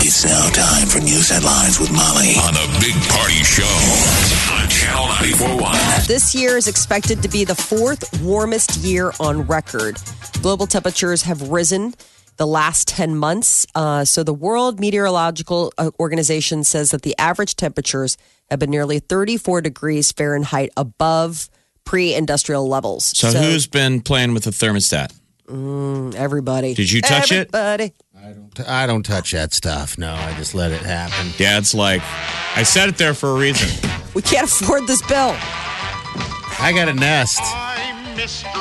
It's now time for news headlines with Molly on the Big Party Show on Channel 941. This year is expected to be the fourth warmest year on record. Global temperatures have risen the last 10 months. Uh, so, the World Meteorological uh, Organization says that the average temperatures have been nearly 34 degrees Fahrenheit above pre industrial levels. So, who's been playing with the thermostat? everybody? Did you touch it? everybody. I don't touch that stuff. No, I just let it happen. Dad's like, I set it there for a reason. We can't afford this bill. I got a nest.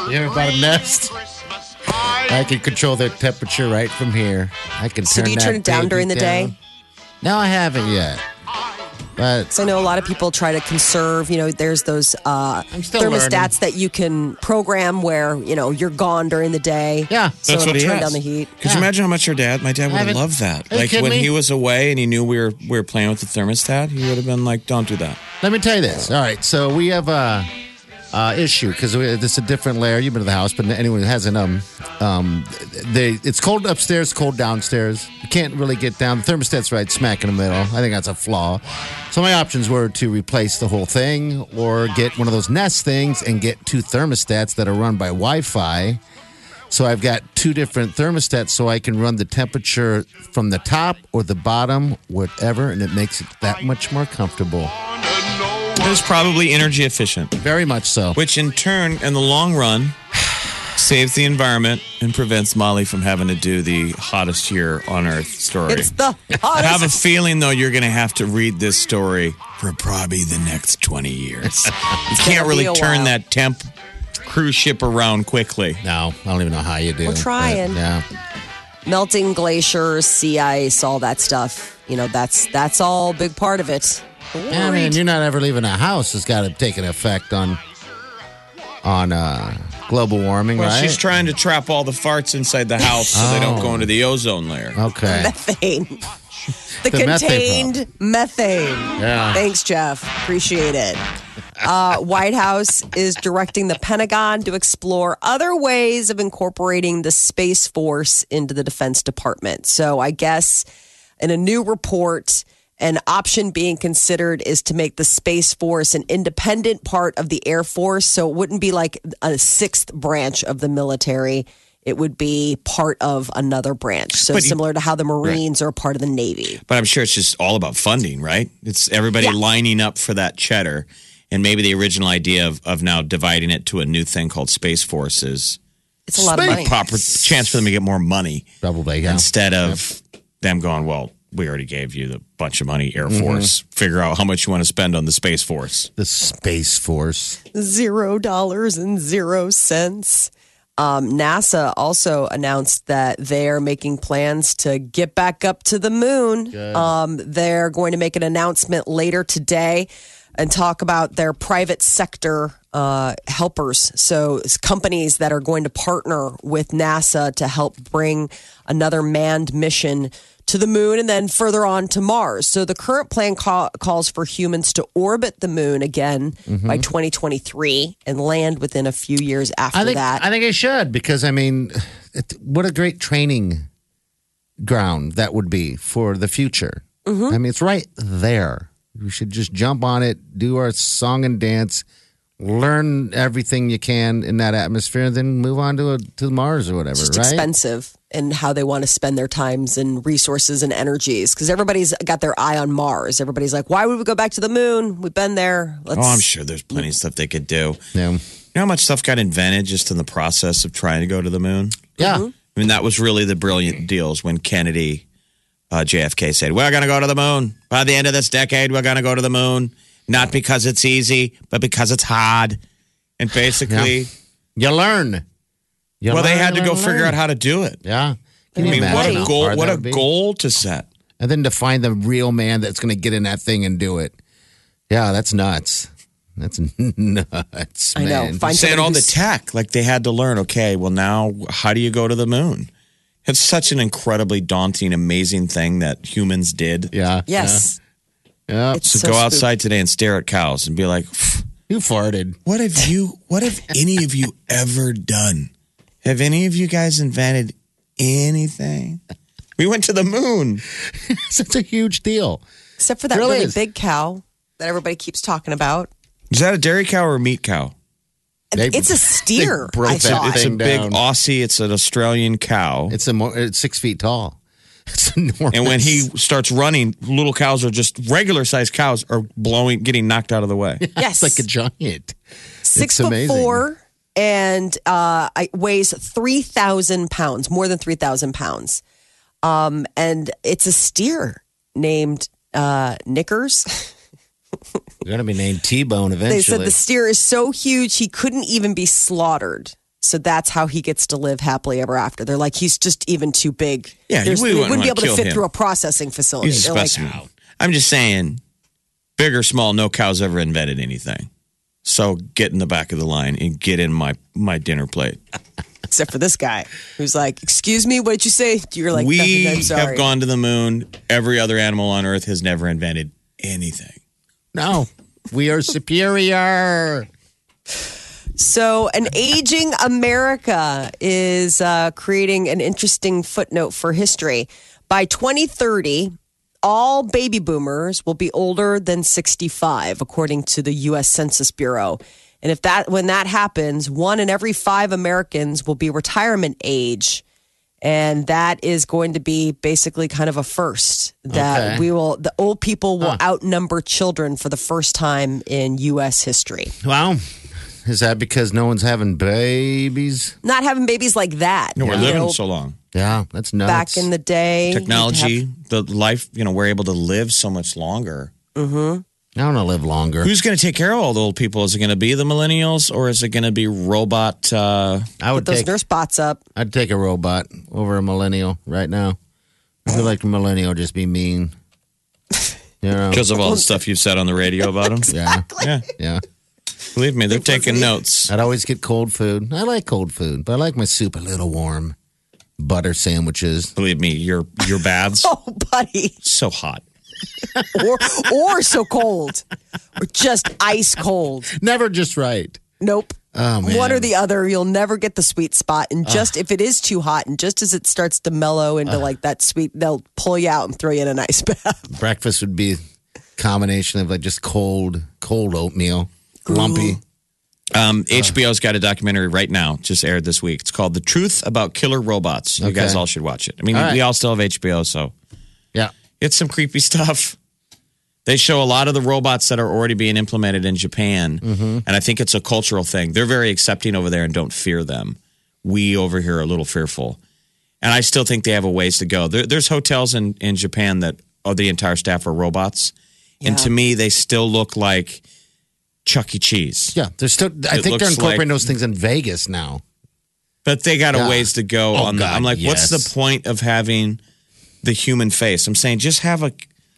You ever bought a nest? I can control the temperature right from here. I can. So do you that turn it down baby during the down. day? No, I haven't yet. But So I know a lot of people try to conserve. You know, there's those uh, still thermostats that you can program where you know you're gone during the day. Yeah. so That's it'll what he turn has. down the heat. Could you imagine how much your dad, my dad would have Haven't- loved that. Are you like kidding when me? he was away and he knew we were we were playing with the thermostat, he would have been like, "Don't do that." let me tell you this. All right, so we have a. Uh, issue because it's a different layer. You've been to the house, but anyone who hasn't, um, um, they it's cold upstairs, cold downstairs. You can't really get down. The thermostat's right smack in the middle. I think that's a flaw. So my options were to replace the whole thing, or get one of those Nest things and get two thermostats that are run by Wi-Fi. So I've got two different thermostats, so I can run the temperature from the top or the bottom, whatever, and it makes it that much more comfortable. It was probably energy efficient, Very much so. which in turn, in the long run, saves the environment and prevents Molly from having to do the hottest year on earth story. It's the I have a hottest. feeling though you're going to have to read this story for probably the next 20 years. you can't gonna really be a turn while. that temp cruise ship around quickly. No, I don't even know how you do. We're trying. but, Yeah. melting glaciers, sea ice, all that stuff. You know, that's that's all a big part of it. Yeah, I mean, you're not ever leaving a house. It's got to take an effect on on uh, global warming, Well, right? she's trying to trap all the farts inside the house so they Oh. don't go into the ozone layer. okay. Methane. The, The methane contained methane. Yeah. Thanks, Jeff. Appreciate it. Uh, White House is directing the Pentagon to explore other ways of incorporating the Space Force into the Defense Department. So, I guess in a new report, an option being considered is to make the Space Force an independent part of the Air Force. So, it wouldn't be like a sixth branch of the military. It would be part of another branch. So, But you- similar to how the Marines are a part of the Navy. But I'm sure it's just all about funding, right? It's everybody Yeah. lining up for that cheddar. And maybe the original idea of, of now dividing it to a new thing called Space Forces. It's a lot of money. Proper chance for them to get more money Probably, yeah. instead of them going, well, we already gave you the bunch of money, Air Force. Mm-hmm. Figure out how much you want to spend on the Space Force. The Space Force. zero dollars and zero cents. Um, NASA also announced that they are making plans to get back up to the moon. Um, they're going to make an announcement later today and talk about their private sector uh, helpers. So, it's companies that are going to partner with NASA to help bring another manned mission to the moon and then further on to Mars. So the current plan ca- calls for humans to orbit the moon again by 2023 and land within a few years after Mm-hmm. I think that. I think it should because I mean, it, what a great training ground that would be for the future. Mm-hmm. I mean, it's right there. We should just jump on it, do our song and dance, learn everything you can in that atmosphere, and then move on to a, to Mars or whatever. it's just right? expensive and how they want to spend their times and resources and energies because everybody's got their eye on Mars. Everybody's like, why would we go back to the moon? We've been there. Let's Oh, I'm sure there's plenty of stuff they could do. Yeah. You know how much stuff got invented just in the process of trying to go to the moon? Yeah. I mean, that was really the brilliant deals when Kennedy, uh, JFK said, We're going to go to the moon. By the end of this decade, we're going to go to the moon. Not because it's easy, but because it's hard. And basically, You learn. You well, they learn, had to learn, go learn. figure out how to do it. Yeah. Can I mean, what imagine a how goal! hard What that a would be? goal to set. and then to find the real man that's going to get in that thing and do it. Yeah, that's nuts. That's nuts. I know. man. Find saying somebody all the who's- tech, like they had to learn. Okay, well now, how do you go to the moon? It's such an incredibly daunting, amazing thing that humans did. yeah. Yes. Yeah. It's So, so go spook- outside today and stare at cows and be like, You farted. "What have you? What have any of you ever done? Have any of you guys invented anything? We went to the moon. That's a huge deal. Except for that Really really is. big cow that everybody keeps talking about. Is that a dairy cow or a meat cow? They- it's a steer. broke I that thought. thing. It's a big down. Aussie. It's an Australian cow. It's a mo- it's six feet tall. It's enormous. and when he starts running, little cows are just regular sized cows are blowing, getting knocked out of the way. Yes. it's like a giant. six It's foot amazing. four and uh, I- weighs 3,000 pounds, more than 3,000 pounds. Um, and it's a steer named uh, Knickers. They're gonna be named T Bone They eventually. said the steer is so huge he couldn't even be slaughtered. So that's how he gets to live happily ever after. They're like, he's just even too big. Yeah, There's- we we wouldn't wouldn't be wanna able to kill fit him. through a processing facility. He's a They're like, specimen. I'm just saying, big or small, no cow's ever invented anything. So get in the back of the line and get in my my dinner plate. except for this guy who's like, excuse me, what did you say? You're like, we nothing, I'm sorry. have gone to the moon. Every other animal on Earth has never invented anything. no, we are superior. So, an aging America is uh, creating an interesting footnote for history. By 2030, all baby boomers will be older than 65, according to the U.S. Census Bureau. And if that, when that happens, one in every five Americans will be retirement age. And that is going to be basically kind of a first that Okay. we will, the old people will outnumber children for the first time in U.S. history. Wow, is that because no one's having babies? not having babies like that. No, we're You living know, so long. Yeah, that's nuts. back in the day. Technology, you'd the life, you know, we're able to live so much longer. I want to live longer. Who's going to take care of all the old people? Is it going to be the millennials or is it going to be robot? Uh, I have- Put would those take. nurse bots up. I'd take a robot over a millennial right now. I feel like a millennial just be mean. You know? because of all the stuff you've said on the radio about them. yeah, Yeah, yeah. believe me, they're taking notes. I'd always get cold food. I like cold food, but I like my soup a little warm. Butter sandwiches. Believe me, your your baths Oh, buddy. so hot. Or, or so cold. Or just ice cold. Never just right. Nope. Oh man. One or the other. You'll never get the sweet spot. And just if it is too hot, and just as it starts to mellow into like that sweet, they'll pull you out and throw you in an ice bath. breakfast would be a combination of like just cold, cold oatmeal, lumpy. Um, HBO's got a documentary right now, just aired this week. It's called "The Truth About Killer Robots." You Okay. guys all should watch it. I mean, All right. we all still have HBO, so Yeah. it's some creepy stuff. They show a lot of the robots that are already being implemented in Japan, Mm-hmm. and I think it's a cultural thing. They're very accepting over there and don't fear them. We over here are a little fearful, and I still think they have a ways to go. There, there's hotels in in Japan that are the entire staff are robots, and Yeah. to me, they still look like Chuck E. Cheese. Yeah. They're still I It think they're looks incorporating like- those things in Vegas now. But they got a Yeah. ways to go Oh, on that. I'm God, like, what's yes. the point of having the human face? I'm saying just have a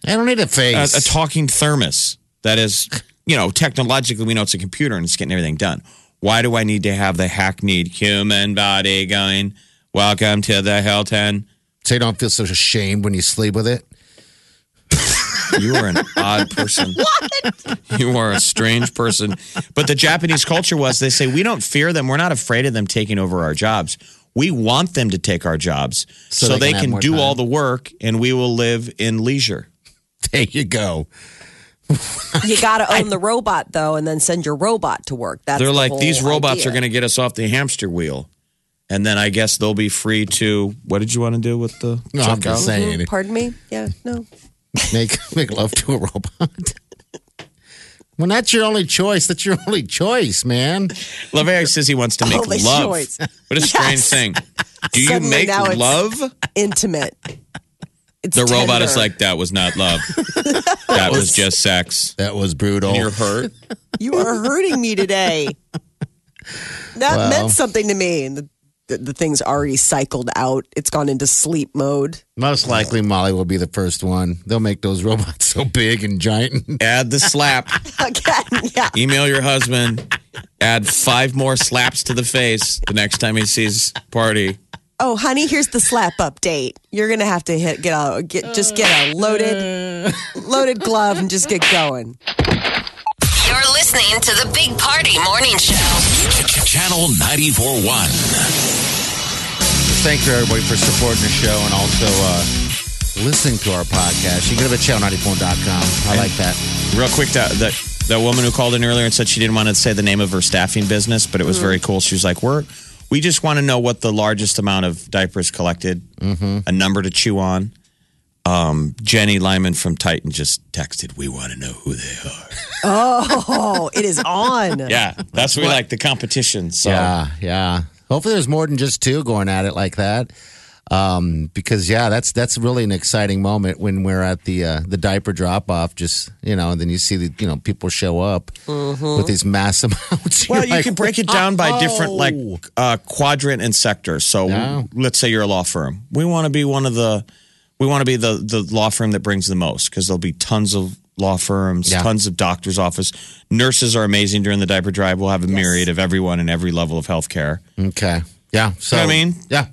I don't need a a, face. a talking thermos that is, you know, technologically we know it's a computer and it's getting everything done. Why do I need to have the hackneyed human body going? Welcome to the Hilton. so you don't feel so ashamed when you sleep with it. You are an odd person. You are a strange person. But the Japanese culture was they say, we don't fear them. We're not afraid of them taking over our jobs. We want them to take our jobs so, they, have can, more do all the time. work and we will live in leisure. There you go. You got to own the robot, though, and then send your robot to work. That's They're the like, whole these robots idea. are going to get us off the hamster wheel. And then I guess they'll be free to. What did you want to do with the. No, I'm just saying. Mhm, Pardon me? Yeah, no. Make make love to a robot. When that's your only choice, that's your only choice, man. LeVay says he wants to make Holy love. choice. What a strange Yes. thing. Do you Suddenly make now it's- love? Intimate. It's The robot is tender. like, that was not love. that was just sex. That was brutal. You're hurt. You are hurting me today. That meant something to me. And the the, the thing's already cycled out. It's gone into sleep mode. Most likely, Molly will be the first one. They'll make those robots so big and giant. Add the slap. Again, yeah. Email your husband. Add five more slaps to the face the next time he sees party. Oh, honey, here's the slap update. You're gonna have to hit get a get just get a loaded loaded glove and just get going. You're listening to the Big Party Morning Show. Channel 94.1. Thank you, everybody, for supporting the show and also uh, listening to our podcast. You can go to channel94.com. I like that. Real quick, that, that that woman who called in earlier and said she didn't want to say the name of her staffing business, but it was very cool. She was like, "We're we just want to know what the largest amount of diapers collected, a number to chew on." Um, Jenny Lyman from Titan just texted, "We want to know who they are." Oh, it is on. Yeah, that's what we like the competition. So Yeah, yeah. Hopefully, there's more than just two going at it like that. Um, because yeah, that's that's really an exciting moment when we're at the uh, the diaper drop off. Just you know, and then you see the you know people show up with these mass amounts. Mm-hmm. Well, You're you like, can break it down by different like "Oh." uh, quadrant and sector. So Yeah. let's say you're a law firm. We want to be one of the we want to be the the law firm that brings the most because there'll be tons of law firms, Yeah. tons of doctors' office. Nurses are amazing during the diaper drive. We'll have a myriad of everyone in every level of healthcare. Okay. Yeah. So You know what I mean? yeah,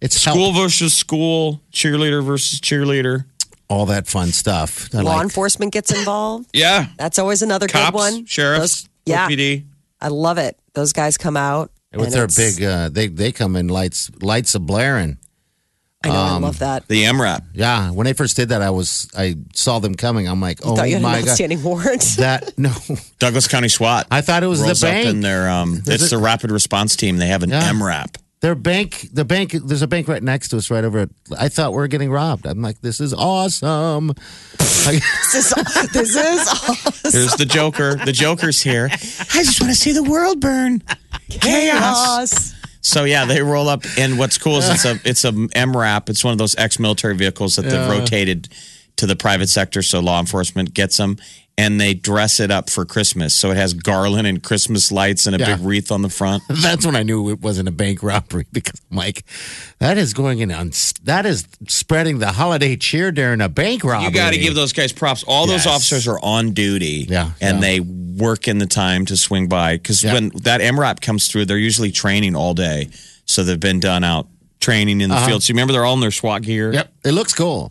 it's help- School versus school, cheerleader versus cheerleader. all that fun stuff. I Law like- enforcement gets involved. Yeah, That's always another cops, good one. sheriffs, Those- yeah, OPD. I love it. Those guys come out with and their it's- big, uh, they they come in lights lights a blaring. I know, I um, love that. The MRAP. Yeah, when they first did that, I was I saw them coming. I'm like, oh Thought you had my an god, outstanding warrant. that no, Douglas County SWAT. I thought it was rolls the bank. up in their um, There's it's a- the rapid response team. They have an Yeah. MRAP. Their bank, the bank, there's a bank right next to us, right over. At, I thought we were getting robbed. I'm like, this is awesome. Like, this is this is awesome. There's the Joker. The Joker's here. I just want to see the world burn. Chaos. So yeah, they roll up, and what's cool is it's a it's a MRAP. It's one of those ex-military vehicles that they've rotated to the private sector, so law enforcement gets them, and they dress it up for Christmas. So it has garland and Christmas lights and a Yeah. big wreath on the front. that's when I knew it wasn't a bank robbery because I'm like, that is going in on that is spreading the holiday cheer during a bank robbery. You got to give those guys props. All Yes. those officers are on duty. Yeah, And yeah. they work in the time to swing by because Yeah. when that MRAP comes through, they're usually training all day. So they've been done out training in the field. So you remember they're all in their SWAT gear. Uh-huh. Yep, it looks cool.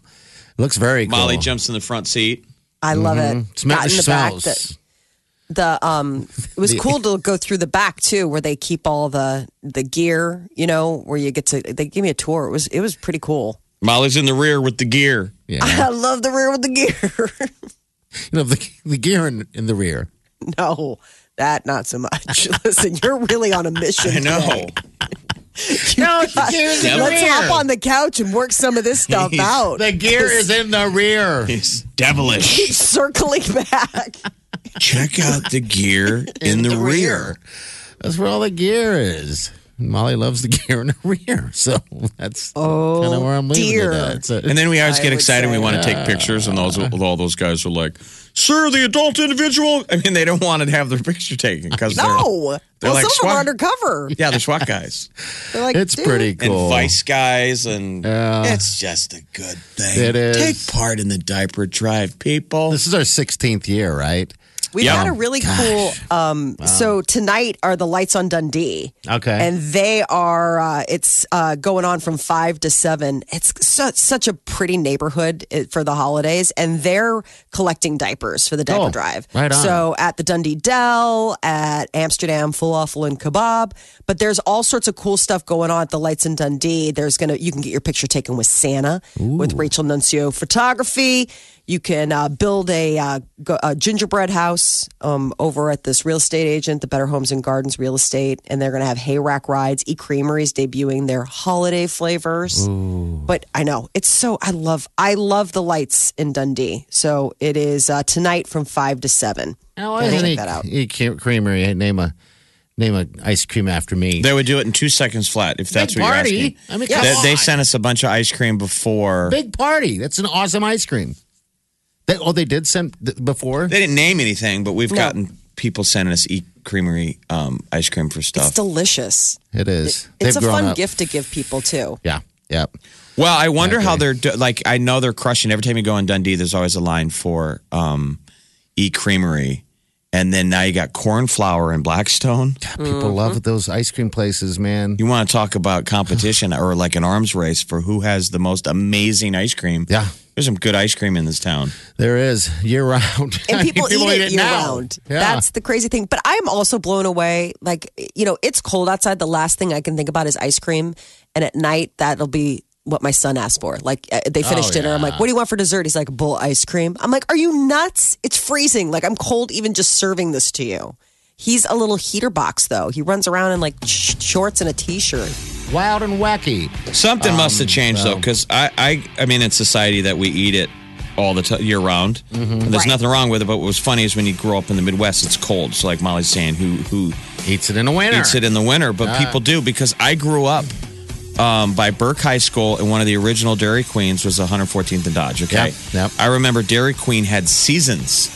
looks very cool. Molly jumps in the front seat. I love it. Smell Got in the smells. back that the um it was cool to go through the back too where they keep all the the gear, you know, where you get to they gave me a tour. It was it was pretty cool. Molly's in the rear with the gear. yeah, I love the rear with the gear. you know the, the gear in, in the rear. no, that not so much. Listen, you're really on a mission. I know. today. No, gear's in the let's rear. hop on the couch and work some of this stuff out. The gear is in the rear. It's devilish. Circling back. Check out the gear in, the, rear. That's where all the gear is. Molly loves the gear in the rear, so that's kind of where I'm leaving Oh, dear. it at. It's a- And then we always I get would excited. say- we want to take pictures, and those all those guys are like, "Sir, the adult individual." I mean, they don't want to have their picture taken because No. They're well, some of like them are swag- undercover. Yeah, the SWAT guys They're like, it's dude, pretty and cool. Vice guys, and it's just a good thing. It is. Take part in the diaper drive, people. This is our 16th year, right? We've Yeah. got a really cool. Um, So tonight are the lights on Dundee. Okay. And they are. Uh, it's uh, going on from five to seven. It's such such a pretty neighborhood uh, for the holidays, and they're collecting diapers for the diaper Oh, drive. right on. So at the Dundee Dell, at Amsterdam Falafel and Kebab, but there's all sorts of cool stuff going on at the lights in Dundee. There's gonna you can get your picture taken with Santa with Rachel Nuncio Photography. You can uh, build a, uh, go, a gingerbread house um, over at this real estate agent, the Better Homes and Gardens Real Estate, and they're going to have hay rack rides. E Creameries debuting their holiday flavors. But I know it's so I love I love the lights in Dundee. So it is uh, tonight from five to seven. Oh, Go check that out. Creamery, name a name a ice cream after me. They would do it in two seconds flat if that's Big what party. you're asking. I mean, They- come they, on. sent us a bunch of ice cream before. Big party. That's an awesome ice cream. They, oh, they did send th- before. They didn't name anything, but we've gotten people sending us e Creamery um, ice cream for stuff. It's delicious. It is. It's They've a grown fun up. gift to give people too. Yeah. Yep. well, I wonder how they're do- like. I know they're crushing. Every time you go in Dundee, there's always a line for um, E Creamery, and then now you got corn flour in Blackstone. People love Mm-hmm. those ice cream places, man. You want to talk about competition or like an arms race for who has the most amazing ice cream? Yeah. There's some good ice cream in this town. There is year round. I And mean, people, eat it year now. round. Yeah. That's the crazy thing. But I'm also blown away. Like, you know, it's cold outside. The last thing I can think about is ice cream. And at night, that'll be what my son asked for. Like, uh, they finished dinner. I'm like, what do you want for dessert? He's like, bowl ice cream. I'm like, are you nuts? It's freezing. Like, I'm cold even just serving this to you. He's a little heater box, though. He runs around in like sh- shorts and a t shirt. wild and wacky. Something must Um, have changed though, so- because I, I, I mean, in society that we eat it all the time, year round. Mm-hmm. And there's nothing wrong with it. But what was funny is when you grow up in the Midwest, it's cold. So like Molly's saying, who who Eats it in a winter. eats it in the winter? But people do because I grew up um, by Burke High School, and one of the original Dairy Queens was 114th and Dodge. Okay, Yep, yep. I remember Dairy Queen had seasons.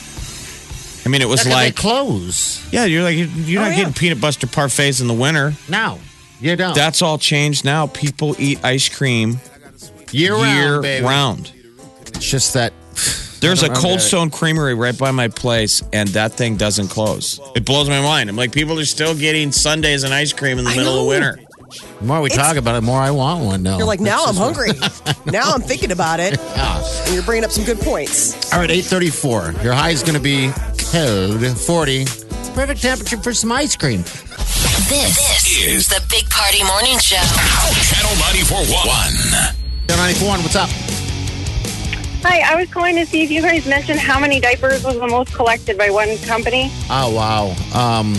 I mean, it was like like clothes Yeah, you're like you're, you're not getting peanut butter parfaits in the winter. now. You don't. That's all changed now. People eat ice cream year, year round, baby. round. It's just that. There's I a don't Cold get it. Stone Creamery right by my place, and that thing doesn't close. It blows my mind. I'm like, people are still getting Sundays and ice cream in the I middle of know. winter. The more we talk about it, the more I want one. No. You're like, now I'm hungry. now I'm thinking about it. And you're bringing up some good points. All right, 834. Your high is going to be cold 40. Perfect temperature for some ice cream. This, this is the Big Party Morning Show. Channel 941. 94, what's up? Hi, I was calling to see if you guys mentioned how many diapers was the most collected by one company. Oh, wow. Um,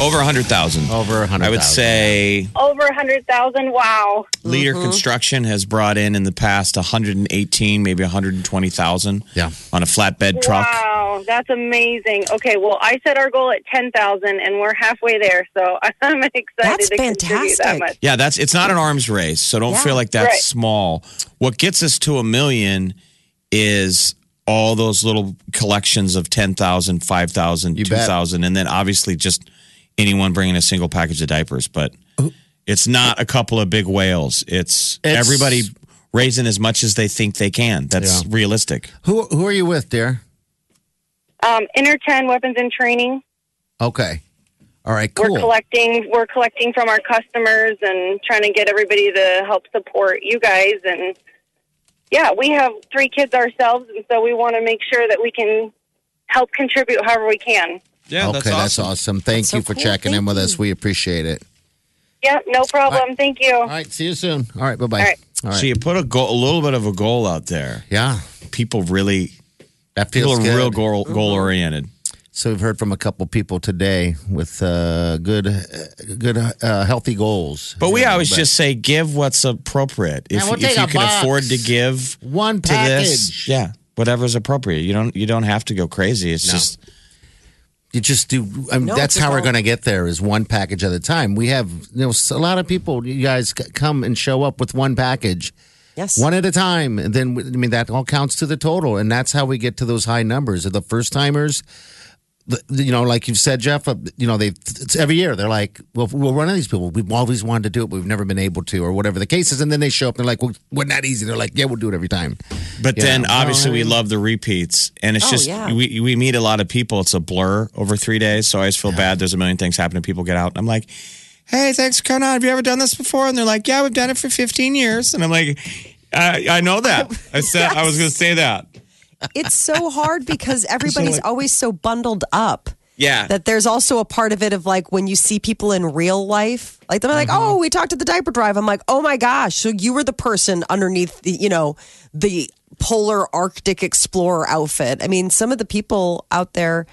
Over 100,000. Over 100,000. I would say Over a 100,000. Wow. Leader Construction has brought in in the past 118, maybe 120,000 Yeah. on a flatbed truck. Wow, that's amazing. Okay, well, I set our goal at 10,000 and we're halfway there, so I'm excited That's to contribute that fantastic. much. Yeah, that's it's not an arms race, so don't Yeah. feel like that's Right. small. What gets us to a million is all those little collections of 10,000, 5,000, You bet. 2,000 and then obviously just anyone bringing a single package of diapers, but it's not a couple of big whales. It's, It's- everybody raising as much as they think they can. That's Yeah. realistic. Who, who are you with, dear? Um, Inner 10 Weapons and Training. Okay. All right, We're cool. collecting we're collecting from our customers and trying to get everybody to help support you guys and yeah, we have three kids ourselves and so we want to make sure that we can help contribute however we can. Yeah, okay, that's awesome. Thank That's so you for cool. checking in Thank with you. us. We appreciate it. Yep, no problem. Thank you. All right, see you soon. All right, bye bye. All right. All right. So you put a goal, a little bit of a goal out there. Yeah, People really that people feels are good. real goal goal oriented. So we've heard from a couple people today with uh, good, uh, good, uh, healthy goals. But we You know, always but just say give what's appropriate. If, Yeah, we'll if take you a can box. afford to give one to this, package. yeah, whatever's appropriate. You don't you don't have to go crazy. It's No. just You just do. I mean, No, it's that's how we're about- going to get there. Is one package at a time. We have you know s- a lot of people. You guys c- come and show up with one package, Yes. one at a time. And then we- I mean that all counts to the total, and that's how we get to those high numbers. Of the first timers, the- the- you know, like you've said, Jeff. uh, You know, they it's every year they're like, well, we'll run into these people. We've always wanted to do it, but we've never been able to, or whatever the case is. And then they show up. They're like, well, we're not easy. They're like, yeah, we'll do it every time. but Yeah. then Well, obviously we love the repeats and it's Oh, just yeah. we we meet a lot of people. It's a blur over 3 days, so I always feel bad there's a million things happening people get out. And I'm like, "Hey, thanks for coming on. Have you ever done this before?" And they're like, "Yeah, we've done it for 15 years." And I'm like, I, I know that. I said I was going to say that. it's so hard because everybody's like- always so bundled up Yeah. that there's also a part of it of like when you see people in real life like they're like oh we talked at the diaper drive i'm like oh my gosh so you were the person underneath the you know the polar arctic explorer outfit i mean some of the people out there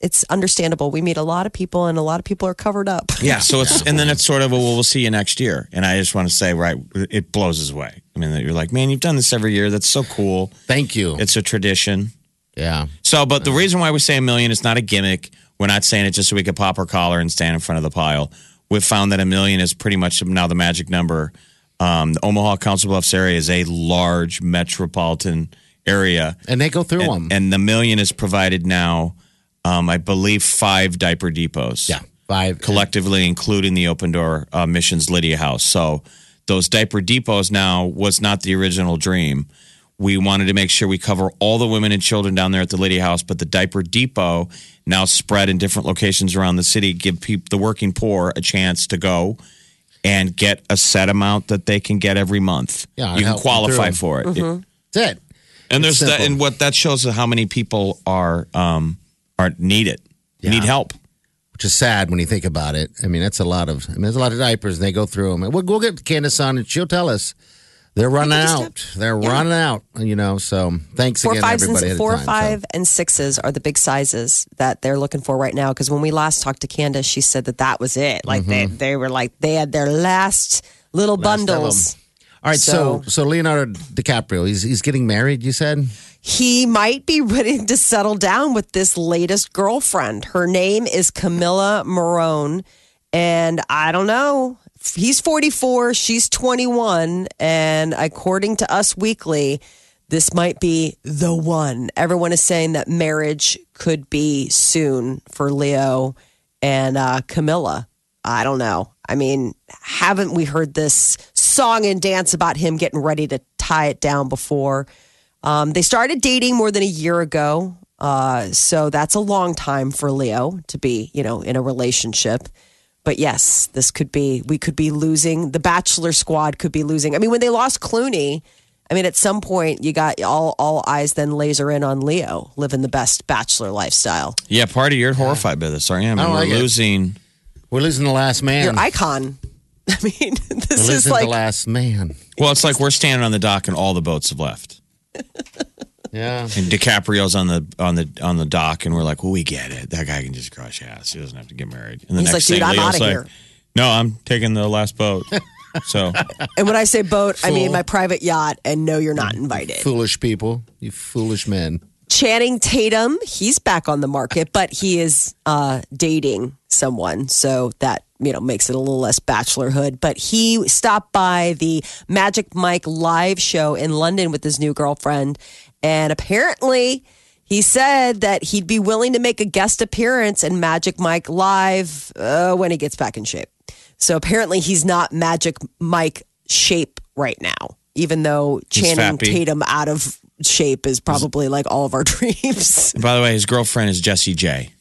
it's understandable we meet a lot of people and a lot of people are covered up Yeah, so it's and then it's sort of a well, we'll see you next year. And I just want to say, right, it blows us away. I mean, that you're like, man, you've done this every year. That's so cool. Thank you. It's a tradition. yeah. So, but the reason why we say a million is not a gimmick. We're not saying it just so we could pop our collar and stand in front of the pile. We've found that a million is pretty much now the magic number. Um, the Omaha Council Bluffs area is a large metropolitan area And they go through them. and the million is provided now um, I believe, five diaper depots. Yeah. Five. collectively, including the Open Door uh, Missions Lydia House. So those diaper depots now was not the original dream. We wanted to make sure we cover all the women and children down there at the Lydia House, but the diaper depot now spread in different locations around the city, give peop the working poor a chance to go and get a set amount that they can get every month. Yeah, you and can help them qualify through. for it. It- That's it. and It's there's that, simple. and what that shows is how many people are um are need it, need help. Which is sad when you think about it. I mean, that's a lot of. I mean, there's a lot of diapers, and they go through them. And we'll, we'll get Candace on, and she'll tell us they're running just out. They're running out. You know. So thanks Four, again, fives, and everybody. ahead of four, time, so. five, and sixes are the big sizes that they're looking for right now. Because when we last talked to Candace, she said that that was it. Like they, Mm-hmm. they were like they had their last little bundles. All right, so, So- so Leonardo DiCaprio, he's he's getting married. You said He might be ready to settle down with this latest girlfriend. Her name is Camilla Marone, and I don't know. He's 44, she's 21, and according to Us Weekly, this might be the one. Everyone is saying that marriage could be soon for Leo and uh, Camilla. I don't know. I mean, haven't we heard this song and dance about him getting ready to tie it down before? Um, they started dating more than a year ago. Uh, so that's a long time for Leo to be, you know, in a relationship. But yes, this could be, we could be losing, the Bachelor squad could be losing. I mean, when they lost Clooney, I mean, at some point you got all, all eyes then laser in on Leo living the best Bachelor lifestyle. Yeah, party, you're horrified by this, aren't you? I mean, I don't we're like it. losing. we're losing the last man. Your icon. I mean, we're this is losing like the last man. Well, it's like we're standing on the dock and all the boats have left. Yeah, And DiCaprio's on the on the on the dock, and we're like, "Well, we get it. That guy can just crush ass. He doesn't have to get married." And the He's like, next "Dude, thing, I'm Leo's outta like, here." "No, I'm taking the last boat." so And when I say boat, I mean Fool. Mm. my private yacht, and no, you're not invited. foolish people, you foolish men. Channing Tatum, he's back on the market, but he is uh, dating someone, so that you know makes it a little less bachelorhood. But he stopped by the Magic Mike live show in London with his new girlfriend, and apparently. He said that he'd be willing to make a guest appearance in Magic Mike Live uh, when he gets back in shape. So apparently, he's not Magic Mike shape right now, even though He's Channing fappy. Tatum him out of shape is probably like all of our dreams. by the way, his girlfriend is Jessie J,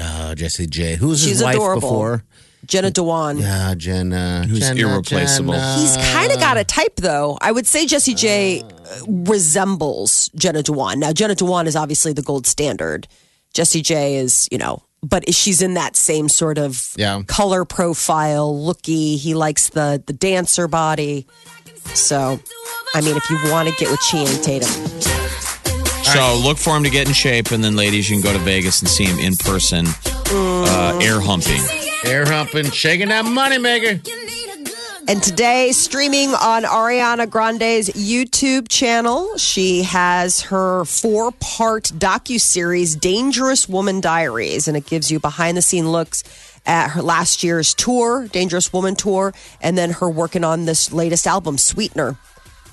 Uh, Jesse J, who was his She's wife adorable. before? Jenna Dewan. Yeah, Jenna. who's Jenna, irreplaceable. Jenna. He's kind of got a type, though. I would say Jesse J uh, resembles Jenna Dewan. Now, Jenna Dewan is obviously the gold standard. Jesse J is, you know, but she's in that same sort of Yeah. color profile, looky. He likes the the dancer body. So, I mean, if you want to get with Channing Tatum, so look for him to get in shape, and then ladies, you can go to Vegas and see him in person, uh, air humping. Air humping, shaking that money maker. And today, streaming on Ariana Grande's YouTube channel, she has her four-part docu-series, "Dangerous Woman Diaries," and it gives you behind-the-scene looks at her last year's tour, "Dangerous Woman Tour," and then her working on this latest album, "Sweetener."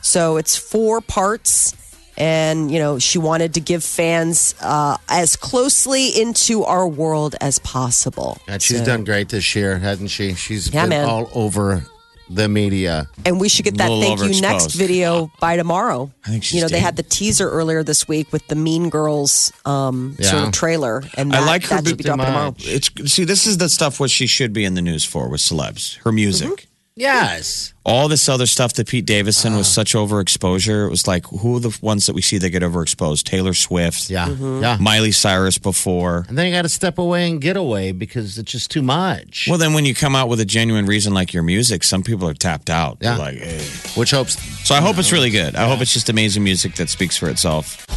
So it's four parts. And, you know, she wanted to give fans uh, as closely into our world as possible. God, she's done great this year, hasn't she? She's Yeah, been man. all over the media. and we should get that Little thank you overexposed. next video by tomorrow. I think she's you know they dead. had the teaser earlier this week with the Mean Girls um, sort Yeah. of trailer, and I that, like her that should be dropping tomorrow. It's see, this is the stuff what she should be in the news for with celebs, her music. Yes. all this other stuff that Pete Davidson was such overexposure. It was like, who are the ones that we see that get overexposed? Taylor Swift, Yeah. Mm-hmm. Yeah. Miley Cyrus before. And then you got to step away and get away because it's just too much. Well, then when you come out with a genuine reason like your music, some people are tapped out. They're Yeah. Like, eh. Which hopes So I hope it's really good. I hope it's just amazing music that speaks for itself.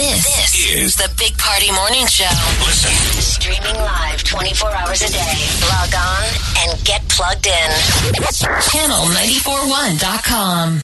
This, is the Big Party Morning Show. Listen. Streaming live 24 hours a day. Log on and get plugged in. Channel941.com.